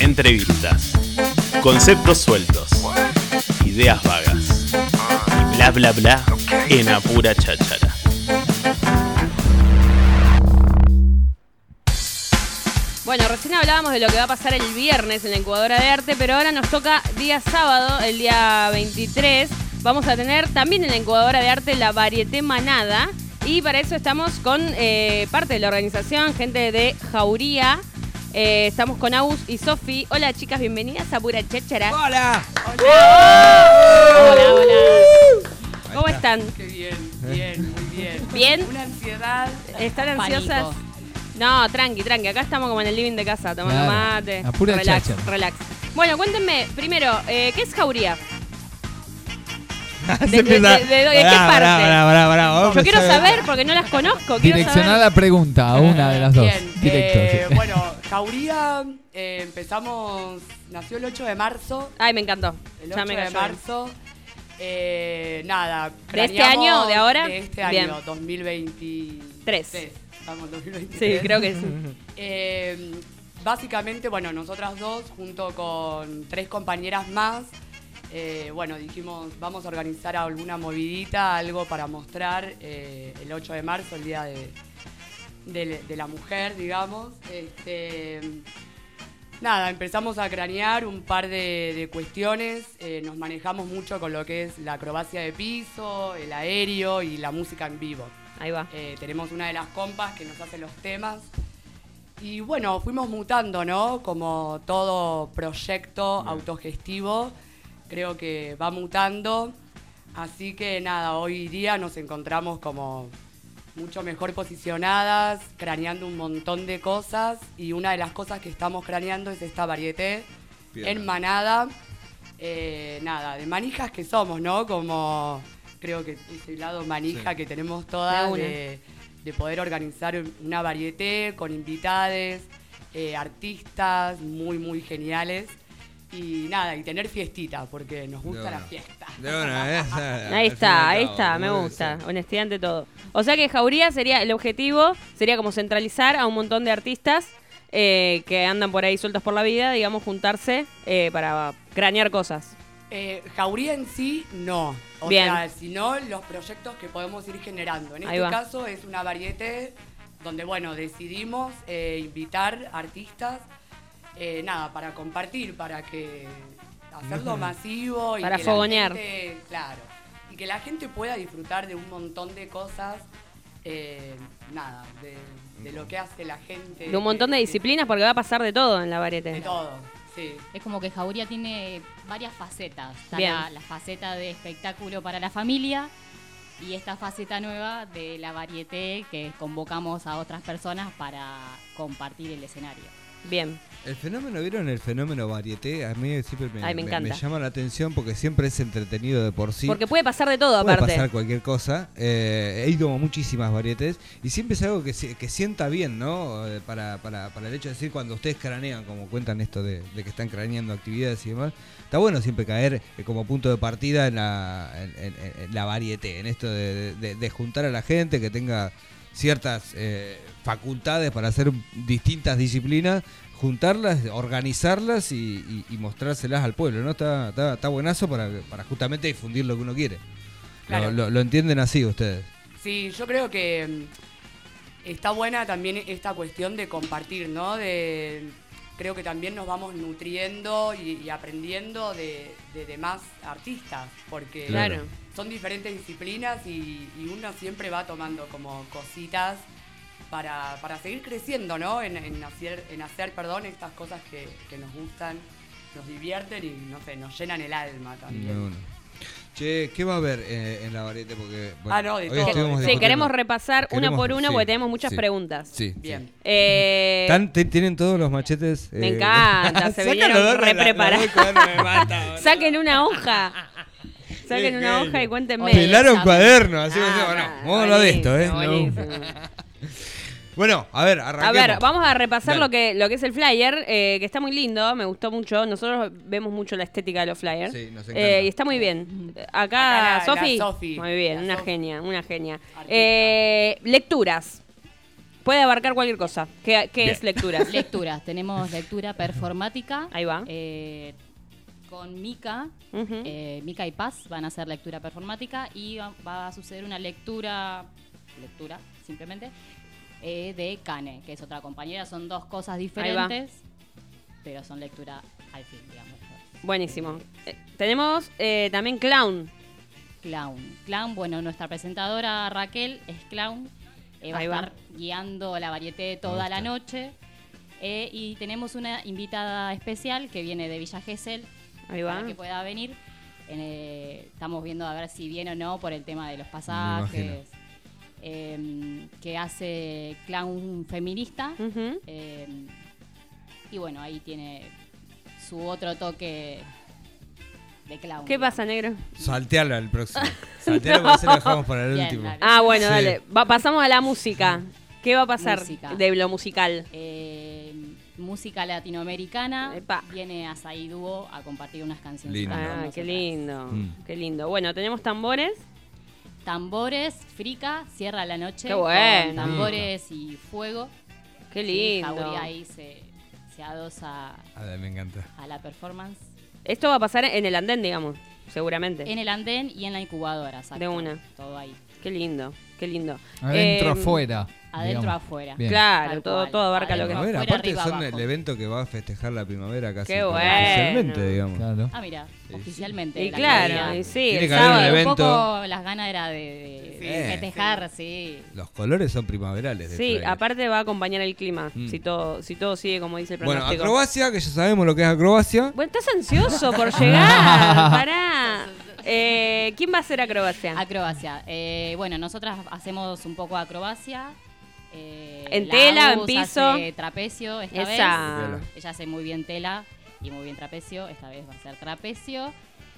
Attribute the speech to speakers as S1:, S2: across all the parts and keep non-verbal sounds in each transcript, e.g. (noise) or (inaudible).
S1: Entrevistas. Conceptos sueltos. Ideas vagas. Y bla bla bla en apura cháchara.
S2: Bueno, recién hablábamos de lo que va a pasar el viernes en la incubadora de arte, pero ahora nos toca día sábado, el día 23. Vamos a tener también en la incubadora de arte la Varieté Manada. Y para eso estamos con eh, parte de la organización, gente de Jauría. Eh, estamos con Agus y Sofi. Hola chicas, bienvenidas a Pura Chéchara.
S3: (laughs) ¡Hola!
S2: Hola, hola. ¿Cómo
S3: Ahí está.
S2: están?
S4: Qué bien, bien, muy bien.
S2: ¿Bien?
S4: Una ansiedad.
S2: ¿Están
S5: Pánico.
S2: ansiosas? No, tranqui, tranqui. Acá estamos como en el living de casa, tomando
S3: Claro,
S2: mate.
S3: a pura
S2: relax,
S3: cháchara.
S2: relax. Bueno, cuéntenme primero, eh, ¿qué es jauría?
S3: Se
S2: de-
S3: empieza-
S2: de- de- de qué
S3: Pará,
S2: parte?
S3: pará, pará, pará, pará, vamos
S2: Yo
S3: a
S2: quiero
S3: empezar.
S2: saber porque no las conozco. Quiero
S3: Direccionar
S2: saber.
S3: la pregunta a una Ah, de las dos.
S4: Bien,
S3: Directo.
S4: eh,
S3: sí. (laughs)
S4: Bueno, Jauría, eh, empezamos, nació el 8 de marzo.
S2: Ay, me encantó.
S4: El 8
S2: Ya me
S4: de
S2: cayó. bien.
S4: marzo. Eh, nada.
S2: ¿De este
S4: planeamos
S2: año, de ahora?
S4: De este
S2: Bien.
S4: año, 2023.
S2: Tres.
S4: Estamos en 2023.
S2: Sí, creo que sí.
S4: Eh, básicamente, bueno, nosotras dos, junto con tres compañeras más, eh, bueno, dijimos, vamos a organizar alguna movidita, algo para mostrar eh, el 8 de marzo, el Día de, de- de la Mujer, digamos. Este, nada, empezamos a cranear un par de, de cuestiones, eh, nos manejamos mucho con lo que es la acrobacia de piso, el aéreo y la música en vivo.
S2: Ahí va.
S4: Eh, tenemos una de las compas que nos hace los temas. Y bueno, fuimos mutando, ¿no? Como todo proyecto autogestivo, creo que va mutando. Así que nada, hoy día nos encontramos como mucho mejor posicionadas, craneando un montón de cosas. Y una de las cosas que estamos craneando es esta varieté en manada. Eh, nada, de manijas que somos, ¿no? Como creo que ese lado manija que tenemos todas
S2: De una.
S4: de, de poder organizar una varieté con invitades, eh, artistas muy, muy geniales. Y nada, y tener fiestita, porque nos gusta
S6: De
S4: la
S6: una.
S4: fiesta.
S6: (laughs) De una, ¿eh? es, al- al
S2: Ahí está,
S6: fin y
S2: ahí
S6: al cabo,
S2: está, me
S6: como debe
S2: gusta.
S6: ser.
S2: Honestidad ante todo. O sea que Jauría sería, el objetivo sería como centralizar a un montón de artistas eh, que andan por ahí sueltos por la vida, digamos, juntarse eh, para cranear cosas.
S4: Eh, Jauría en sí, no. O
S2: Bien.
S4: sea, sino los proyectos que podemos ir generando. En
S2: Ahí
S4: este
S2: va.
S4: caso es una varieté donde, bueno, decidimos eh, invitar artistas, eh, nada, para compartir, para que hacerlo masivo. Y
S2: Para
S4: que la
S2: fogonear.
S4: gente- claro. Y que la gente pueda disfrutar de un montón de cosas, eh, nada, de, de lo que hace la gente.
S2: De un montón de disciplinas pues. porque va a pasar de todo en la
S4: De
S2: varieté.
S4: todo, sí.
S5: Es como que Jauría tiene varias facetas. Está
S2: Bien.
S5: La, la faceta de espectáculo para la familia y esta faceta nueva de la varieté que convocamos a otras personas para compartir el escenario.
S2: Bien.
S6: El fenómeno, ¿vieron el fenómeno varieté? A mí siempre me,
S2: Ay, me
S6: me-
S2: encanta.
S6: me llama la atención porque siempre es entretenido de por sí.
S2: Porque puede pasar de todo
S6: Puede
S2: aparte.
S6: pasar cualquier cosa. Eh, he ido a muchísimas varietés y siempre es algo que, si- que sienta bien, ¿no? Eh, para, para, para el hecho de decir, cuando ustedes cranean, como cuentan esto de, de que están craneando actividades y demás, está bueno siempre caer eh, como punto de partida en la, en, en- en la varieté, en esto de, de- de juntar a la gente que tenga ciertas eh, facultades para hacer distintas disciplinas, juntarlas, organizarlas y, y- y mostrárselas al pueblo, ¿no? Está, está, está buenazo para, para justamente difundir lo que uno quiere.
S4: Claro.
S6: Lo, lo- lo entienden así ustedes.
S4: Sí, yo creo que mm, está buena también esta cuestión de compartir, ¿no? De, creo que también nos vamos nutriendo y, y aprendiendo de, de demás artistas, porque
S2: Claro.
S4: son diferentes disciplinas y, y uno siempre va tomando como cositas para, para seguir creciendo, ¿no? En, en hacer, en hacer, perdón, estas cosas que, que nos gustan, nos divierten y, no sé, nos llenan el alma también.
S6: De una. Che, ¿qué va a haber eh, en la varete? Porque, bueno,
S4: Ah, no,
S6: hoy
S4: de todo.
S6: estuvimos
S4: Sí,
S2: Sí,
S6: discutiendo.
S2: queremos repasar una
S6: Queremos-
S2: por una
S6: sí,
S2: porque tenemos muchas
S6: sí.
S2: preguntas.
S6: Sí, sí.
S4: Bien.
S2: Eh,
S6: ¿Están- te- ¿Tienen todos los machetes?
S2: Me
S6: eh,
S2: encanta, se
S6: (laughs) sacan
S2: vinieron
S6: los dos con la-
S2: repreparados.
S6: los dos con la-
S2: (laughs)
S6: me mata, boludo.
S2: Saquen una hoja. Saquen
S6: Qué
S2: una
S6: genio.
S2: hoja y cuéntenme.
S5: Oye, Pelar-
S6: Pelaron
S5: saben.
S6: cuaderno, así que
S2: Ah,
S6: bueno,
S2: ah,
S6: vamos a hablar de esto, ¿eh?
S2: buenísimo,
S6: No.
S2: buenísimo.
S6: Bueno, a ver,
S2: A
S6: arranquemos.
S2: ver, vamos a repasar
S6: Dale.
S2: lo que, lo que es el flyer, eh, que está muy lindo, me gustó mucho. Nosotros vemos mucho la estética de los flyers.
S6: Sí, nos encanta.
S2: Eh, y está muy bien.
S4: Acá
S2: Acá,
S4: la-
S2: Sofi.
S4: la Sofi.
S2: Muy bien,
S4: La
S2: una
S4: Sofi.
S2: genia, una genia.
S4: Artista.
S2: Eh, lecturas. Puede abarcar cualquier cosa. ¿Qué, qué es
S1: Bien.
S2: lecturas?
S5: Lecturas, tenemos lectura performática.
S2: Ahí va.
S5: eh, con Mica,
S2: Ujú.
S5: eh, Mica y Paz van a hacer lectura performática y va, va a suceder una lectura, lectura simplemente, eh, de Cane, que es otra compañera. Son dos cosas
S2: va.
S5: diferentes, pero son lectura al fin, digamos.
S2: Buenísimo. Eh, tenemos eh, también clown.
S5: Clown. Clown, bueno, nuestra presentadora Raquel es clown. eh, va a
S2: Ahí va.
S5: estar guiando la varieté toda la noche. Eh, y tenemos una invitada especial que viene de Villa Gesell
S2: Ahí va.
S5: para que pueda venir. En, eh, estamos viendo a ver si viene o no por el tema de los
S6: imagino.
S5: pasajes. eh, que hace clown feminista.
S2: Ujú.
S5: eh, y bueno, ahí tiene su otro toque de clown.
S2: ¿Qué pasa, negro?
S6: Saltealo al
S2: (laughs)
S6: próximo. Saltealo porque se lo dejamos para el
S5: Bien,
S6: último.
S5: dale.
S2: Ah, bueno,
S6: Sí.
S2: dale. Va- pasamos a la música. ¿Qué va a pasar
S5: Música.
S2: de lo musical?
S5: eh, música latinoamericana.
S2: Epa.
S5: Viene a Saidúo a compartir unas canciones.
S6: Lindo.
S5: con
S2: Ah,
S5: nosotras.
S2: qué lindo.
S6: Mm.
S2: Qué lindo. Bueno, tenemos tambores.
S5: Tambores, Frica, cierra la noche.
S2: Qué bueno.
S5: Con tambores y fuego.
S2: Qué
S5: Sí,
S2: lindo.
S5: Jauría ahí se, se adosa
S6: A ver, me encanta.
S5: a la performance.
S2: Esto va a pasar en el andén, digamos, seguramente.
S5: En el andén y en la incubadora, exacto.
S2: De una.
S5: Todo ahí.
S2: Qué lindo, qué lindo.
S3: Adentro,
S2: Eh,
S3: afuera.
S5: Em, Adentro,
S3: digamos.
S5: afuera.
S3: Bien.
S2: Claro,
S5: Tal
S2: todo,
S5: cual.
S2: todo abarca lo que
S5: Adentro.
S6: A ver,
S5: Fuera,
S6: aparte
S5: arriba,
S6: son
S5: abajo.
S6: el evento que va a festejar la primavera casi.
S2: Qué
S6: como
S2: bueno.
S6: Oficialmente, digamos.
S3: Claro.
S5: Ah, mira,
S6: Sí,
S5: oficialmente.
S2: Y
S5: la
S2: claro,
S5: Jauría.
S2: y sí,
S6: Tiene
S2: el
S6: que haber un
S2: sábado.
S6: evento.
S5: Un poco las ganas era de, de- de
S6: Sí.
S5: festejar, sí.
S6: Los colores son primaverales.
S2: Sí,
S6: de Freire.
S2: aparte va a acompañar el clima,
S6: Mm.
S2: si todo si todo sigue como dice el
S6: Bueno,
S2: pronóstico.
S6: acrobacia, que ya sabemos lo que es acrobacia.
S2: Bueno, estás ansioso por llegar,
S6: (laughs)
S2: pará. Eh, ¿Quién va a hacer acrobacia?
S5: Acrobacia. Eh, bueno, nosotras hacemos un poco de acrobacia. Eh,
S2: En
S5: la
S2: tela, en
S5: Agus
S2: piso.
S5: hace trapecio esta vez.
S2: Esa.
S5: Ella hace muy bien tela y muy bien trapecio. Esta vez va a ser trapecio.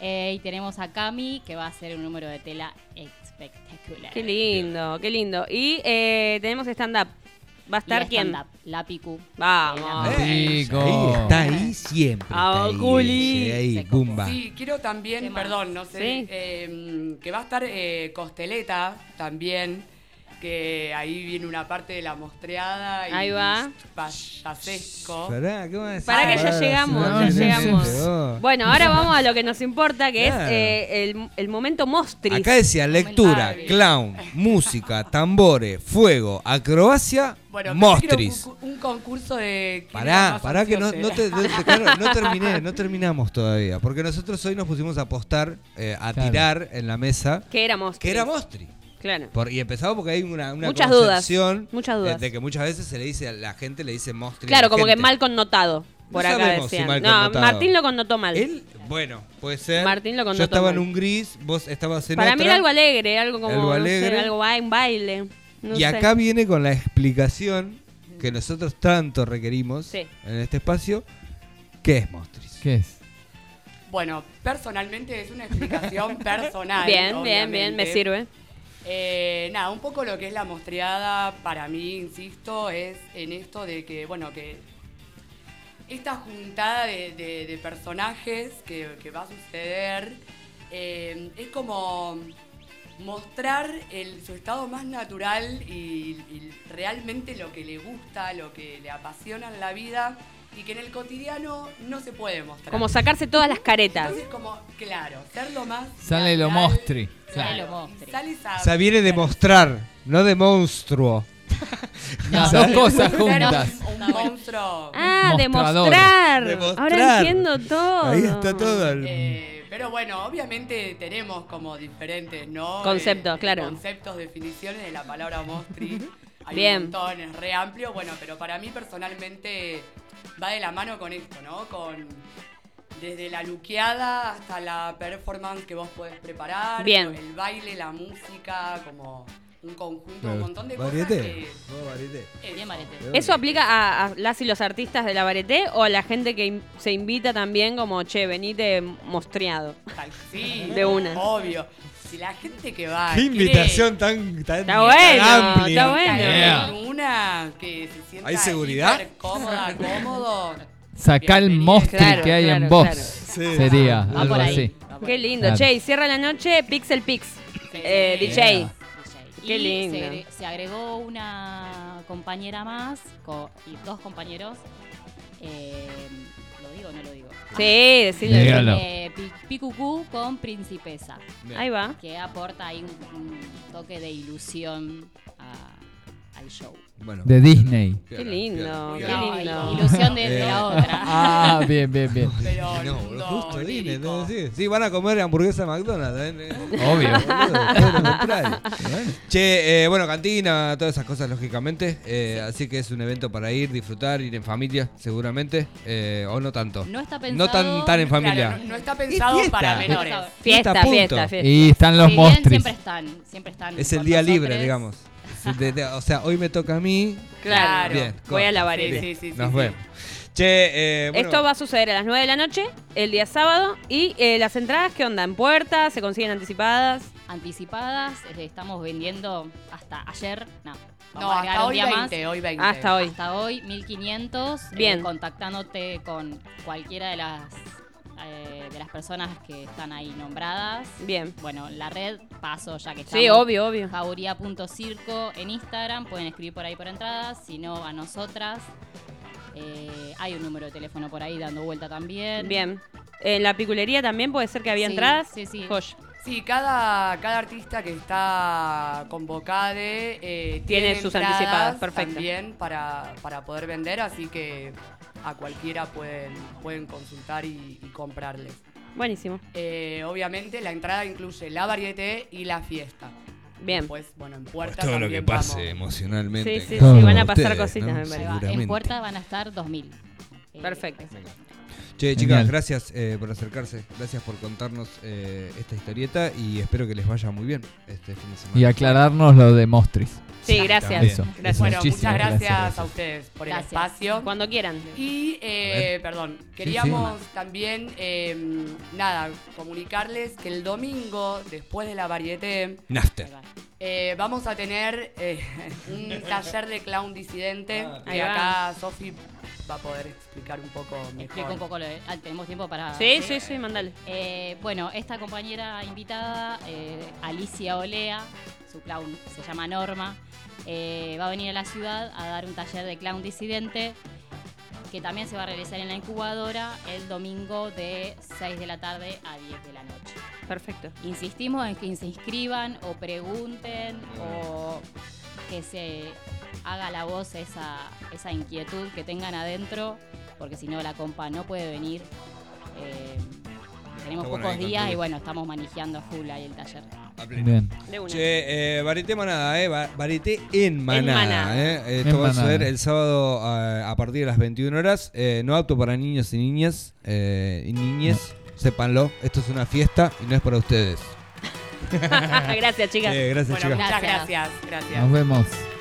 S5: Eh, y tenemos a Cami, que va a hacer un número de tela espectacular.
S2: Qué lindo, qué lindo. Y eh, tenemos stand-up. ¿Va a
S5: Y
S2: estar quién?
S5: stand-up, La Picu. Eh,
S2: Vamos.
S3: Rico.
S6: Eh, Ahí está, ahí siempre.
S2: Ah,
S6: está ahí,
S2: Juli.
S6: ese, ahí,
S5: Se copó.
S6: bumba.
S4: Sí, quiero
S5: ¿Qué
S4: también,
S5: más?
S4: perdón, no sé,
S2: Sí.
S4: eh, que va a estar eh, Costeleta también, que ahí viene una parte de la mostreada y
S2: Ahí va.
S4: payasesco.
S6: Pará, ¿qué vas a decir?
S2: Para que ya
S6: Pará,
S2: llegamos,
S6: si no,
S2: ya
S6: no,
S2: llegamos.
S6: no, no.
S2: Bueno, ahora vamos a lo que nos importa, que es
S6: Claro.
S2: eh, el, el momento mostris.
S6: Acá decía lectura,
S4: Comentario.
S6: clown, música, tambores, fuego, acrobacia,
S4: Bueno,
S6: mostris.
S4: quiero un, cu- un concurso de... quién era
S6: Pará,
S4: más ¿eh?
S6: pará que no, no,
S4: ansiosa.
S6: te- no te- claro, no terminé, no terminamos todavía. Porque nosotros hoy nos pusimos a apostar, eh, a
S3: Claro.
S6: tirar en la mesa,
S2: Que era mostris.
S6: que era mostri.
S2: Claro.
S6: Por- y empezaba porque hay una, una
S2: Muchas dudas,
S6: concepción
S2: muchas
S6: eh,
S2: dudas.
S6: de que muchas veces se le dice a la gente le dice mostri. a
S2: Claro,
S6: la
S2: como que
S6: gente.
S2: mal connotado. Por
S6: No
S2: acá
S6: sabemos si
S2: decían.
S6: mal
S2: no,
S6: connotado.
S2: Martín lo connotó mal.
S6: Él, bueno, puede ser.
S2: Martín lo connotó
S6: Yo estaba en
S2: mal.
S6: un gris, vos estabas en
S2: Para mí
S6: otra.
S2: era algo alegre, algo como
S6: Algo
S2: no sé,
S6: alegre.
S2: algo ba- un baile. No
S6: y
S2: sé.
S6: acá viene con la explicación que nosotros tanto requerimos
S2: Sí.
S6: en este espacio, que es Mostris.
S3: ¿Qué es?
S4: Bueno, personalmente es una explicación (laughs) personal.
S2: bien, bien, bien, me
S4: obviamente.
S2: sirve.
S4: Eh, nada, un poco lo que es la mostreada para mí, insisto, es en esto de que, bueno, que esta juntada de, de- de personajes que, que va a suceder eh, es como mostrar el- su estado más natural y, y realmente lo que le gusta, lo que le apasiona en la vida y que en el cotidiano no se puede mostrar.
S2: Como sacarse todas las caretas.
S4: Entonces, como, claro, ser lo más.
S3: Sale lo
S4: natural,
S3: mostri,
S5: claro.
S4: y
S5: Lo mostri.
S4: sale
S6: O
S4: sab-
S6: sea, viene de mostrar, no de monstruo.
S3: Las dos cosas
S4: ser un-
S3: juntas.
S4: Un monstruo.
S2: Ah,
S3: Mostrador.
S2: demostrar.
S6: Demostrar.
S2: Ahora entiendo todo.
S6: Ahí está todo. el-
S4: Eh, pero bueno, obviamente tenemos como diferentes, ¿no?
S2: Conceptos,
S4: Eh,
S2: claro.
S4: Conceptos, definiciones de la palabra monstri. Hay
S2: Bien.
S4: un montón, es re amplio. Bueno, pero para mí personalmente va de la mano con esto, ¿no? Con desde la luqueada hasta la performance que vos podés preparar.
S2: Bien.
S4: El baile, la música, como un conjunto, un montón de cosas
S6: Varieté.
S4: que...
S6: Todo varieté.
S4: Eso.
S5: Eh, Bien, Marete.
S2: ¿Eso aplica a, a las y los artistas de la varieté o a la gente que in- se invita también como, che, venite mostreado?
S4: Tal- Sí,
S2: De una.
S4: Obvio. Si la gente que va.
S6: Qué
S4: quiere-
S6: invitación tan, tan,
S2: Está
S6: tan
S2: bueno,
S6: amplia.
S2: está bueno.
S3: Yeah.
S4: Con Una que se sienta
S6: ¿Hay seguridad?
S4: hiper cómoda, cómodo.
S3: Sacar el
S4: Bienvenido.
S3: mostri
S2: Claro,
S3: que hay
S2: claro,
S3: en vos.
S2: claro.
S6: Sí.
S3: Sería
S5: Va
S3: algo
S5: por ahí.
S3: así.
S5: va por
S2: Qué
S5: ahí.
S2: lindo.
S3: Claro.
S2: Che, y cierra la noche Pixel Pix. Eh,
S5: Sí.
S2: DJ.
S5: DJ.
S2: Qué
S5: y
S2: lindo.
S5: Se, agre- se agregó una compañera más co- y dos compañeros. eh, ¿Lo digo o no lo digo?
S2: Sí, decirlo.
S3: Bien. Dígalo.
S5: Eh, Pi- Picucú con Principesa,
S2: Ahí va.
S5: que aporta ahí un, un toque de ilusión a- al show.
S6: Bueno.
S3: De Disney.
S2: Qué lindo, qué
S5: No, il-
S2: lindo.
S5: ilusión de, de
S6: Eh.
S5: la
S6: (laughs)
S5: otra.
S3: Ah,
S5: (laughs)
S3: bien, bien, bien.
S4: Pero el
S6: No,
S4: mundo
S6: justo Disney,
S4: lírico.
S6: ¿no? sí. Sí, van a comer hamburguesa McDonald's. ¿eh?
S2: (laughs)
S3: Obvio.
S6: Todo lo contrario. Che, eh, bueno, cantina, todas esas cosas, lógicamente. Eh, Así que es un evento para ir, disfrutar, ir en familia, seguramente. eh, o no tanto.
S5: No está pensado.
S6: No tan, tan en familia.
S4: Claro, no, no está pensado
S6: fiesta.
S4: para
S5: no
S4: menores.
S5: está-
S6: Fiesta,
S2: Fiesta,
S6: punto.
S2: fiesta, fiesta.
S3: Y están los
S5: si bien
S3: monstruos.
S5: siempre están, siempre están.
S6: Es el
S5: con
S6: día
S5: nosotros.
S6: libre, digamos. De- de- o sea, hoy me toca a mí.
S2: Claro.
S6: Bien,
S2: Voy
S6: corta.
S2: a la vareta.
S4: Sí, sí, sí,
S6: Nos
S4: sí.
S6: vemos. Che, eh, bueno,
S2: Esto va a suceder a las 9 de la noche, el día sábado. Y eh, las entradas, ¿qué onda? ¿En puerta? ¿Se consiguen anticipadas?
S5: Anticipadas, eh, estamos vendiendo hasta ayer. No, vamos
S4: No,
S5: a agregar
S4: hasta
S5: un
S4: hoy
S5: día
S4: 20, hoy 20.
S2: Hasta
S5: más.
S2: hoy.
S5: Hasta hoy, 1500. eh,
S2: Bien.
S5: contactándote con cualquiera de las, eh, de las personas que están ahí nombradas.
S2: Bien.
S5: Bueno, la red, paso ya que estamos.
S2: Sí, obvio, obvio.
S5: Jauría.circo en Instagram, pueden escribir por ahí por entradas, si no a nosotras. Eh, hay un número de teléfono por ahí dando vuelta también.
S2: Bien. En la piculería también puede ser que había
S5: Sí,
S2: entradas.
S5: sí, sí.
S2: Joya.
S4: Sí, cada, cada artista que está convocado
S2: Tiene sus
S4: entradas
S2: anticipadas, perfecto.
S4: También para, para poder vender, así que a cualquiera pueden, pueden consultar y, y comprarles.
S2: Buenísimo.
S4: Eh, obviamente la entrada incluye la varieté y la fiesta.
S2: Bien.
S4: Pues bueno, en puerta
S6: todo lo que
S4: también
S6: pase
S4: vamos.
S6: emocionalmente.
S2: Sí, sí,
S6: en
S2: sí,
S6: cada uno
S2: van a
S6: de
S2: pasar
S6: ustedes,
S2: cositas, me parece.
S5: Ahí va.
S6: Seguramente.
S5: En puerta van a estar 2000. Eh,
S2: Perfecto.
S5: exacto.
S6: Che, chicas,
S3: Genial.
S6: gracias eh, por acercarse. Gracias por contarnos eh, esta historieta y espero que les vaya muy bien este fin de semana.
S3: Y aclararnos lo de monstruos.
S2: Sí, gracias.
S3: Eso.
S2: Gracias.
S4: Bueno, muchas
S3: Muchísimas
S4: gracias,
S3: gracias, gracias.
S4: a ustedes por el
S5: Gracias.
S4: espacio.
S2: Cuando quieran.
S4: Y, eh, perdón, queríamos también, eh, nada, comunicarles que el domingo, después de la varieté,
S6: Nafter.
S5: Ahí va.
S4: eh, vamos a tener eh, (laughs) un taller de clown disidente.
S5: Ah,
S2: Ahí
S4: que
S2: va.
S4: acá Sofi va a poder explicar un poco mejor.
S5: eh, Explico un poco lo de- ah, Tenemos tiempo para.
S2: Sí, sí, sí, mandale.
S5: Eh, bueno, esta compañera invitada, eh, Alicia Olea, su clown se llama Norma, eh, va a venir a la ciudad a dar un taller de clown disidente que también se va a realizar en la incubadora el domingo de 6 de la tarde a 10 de la noche.
S2: Perfecto.
S5: Insistimos en que se inscriban o pregunten o que se haga la voz esa, esa inquietud que tengan adentro, porque si no la compa no puede venir. Eh, tenemos
S6: Está bueno
S5: pocos
S6: ahí
S5: días
S6: construir.
S5: y bueno, estamos manejando a full ahí el taller.
S3: Bien.
S2: De una.
S6: Che, eh, varieté manada, eh, va- varieté en manada.
S2: manada.
S6: eh. Eh,
S3: En
S6: esto va a
S3: manada.
S6: suceder el sábado eh, a partir de las 21 horas. Eh, no apto para niños y niñas. eh, y niñes, sépanlo, esto es una fiesta y no es para ustedes.
S2: (laughs) Gracias, chicas.
S6: Eh, gracias,
S4: Bueno,
S6: chicas.
S4: muchas
S5: Gracias.
S4: gracias. Gracias.
S3: Nos vemos.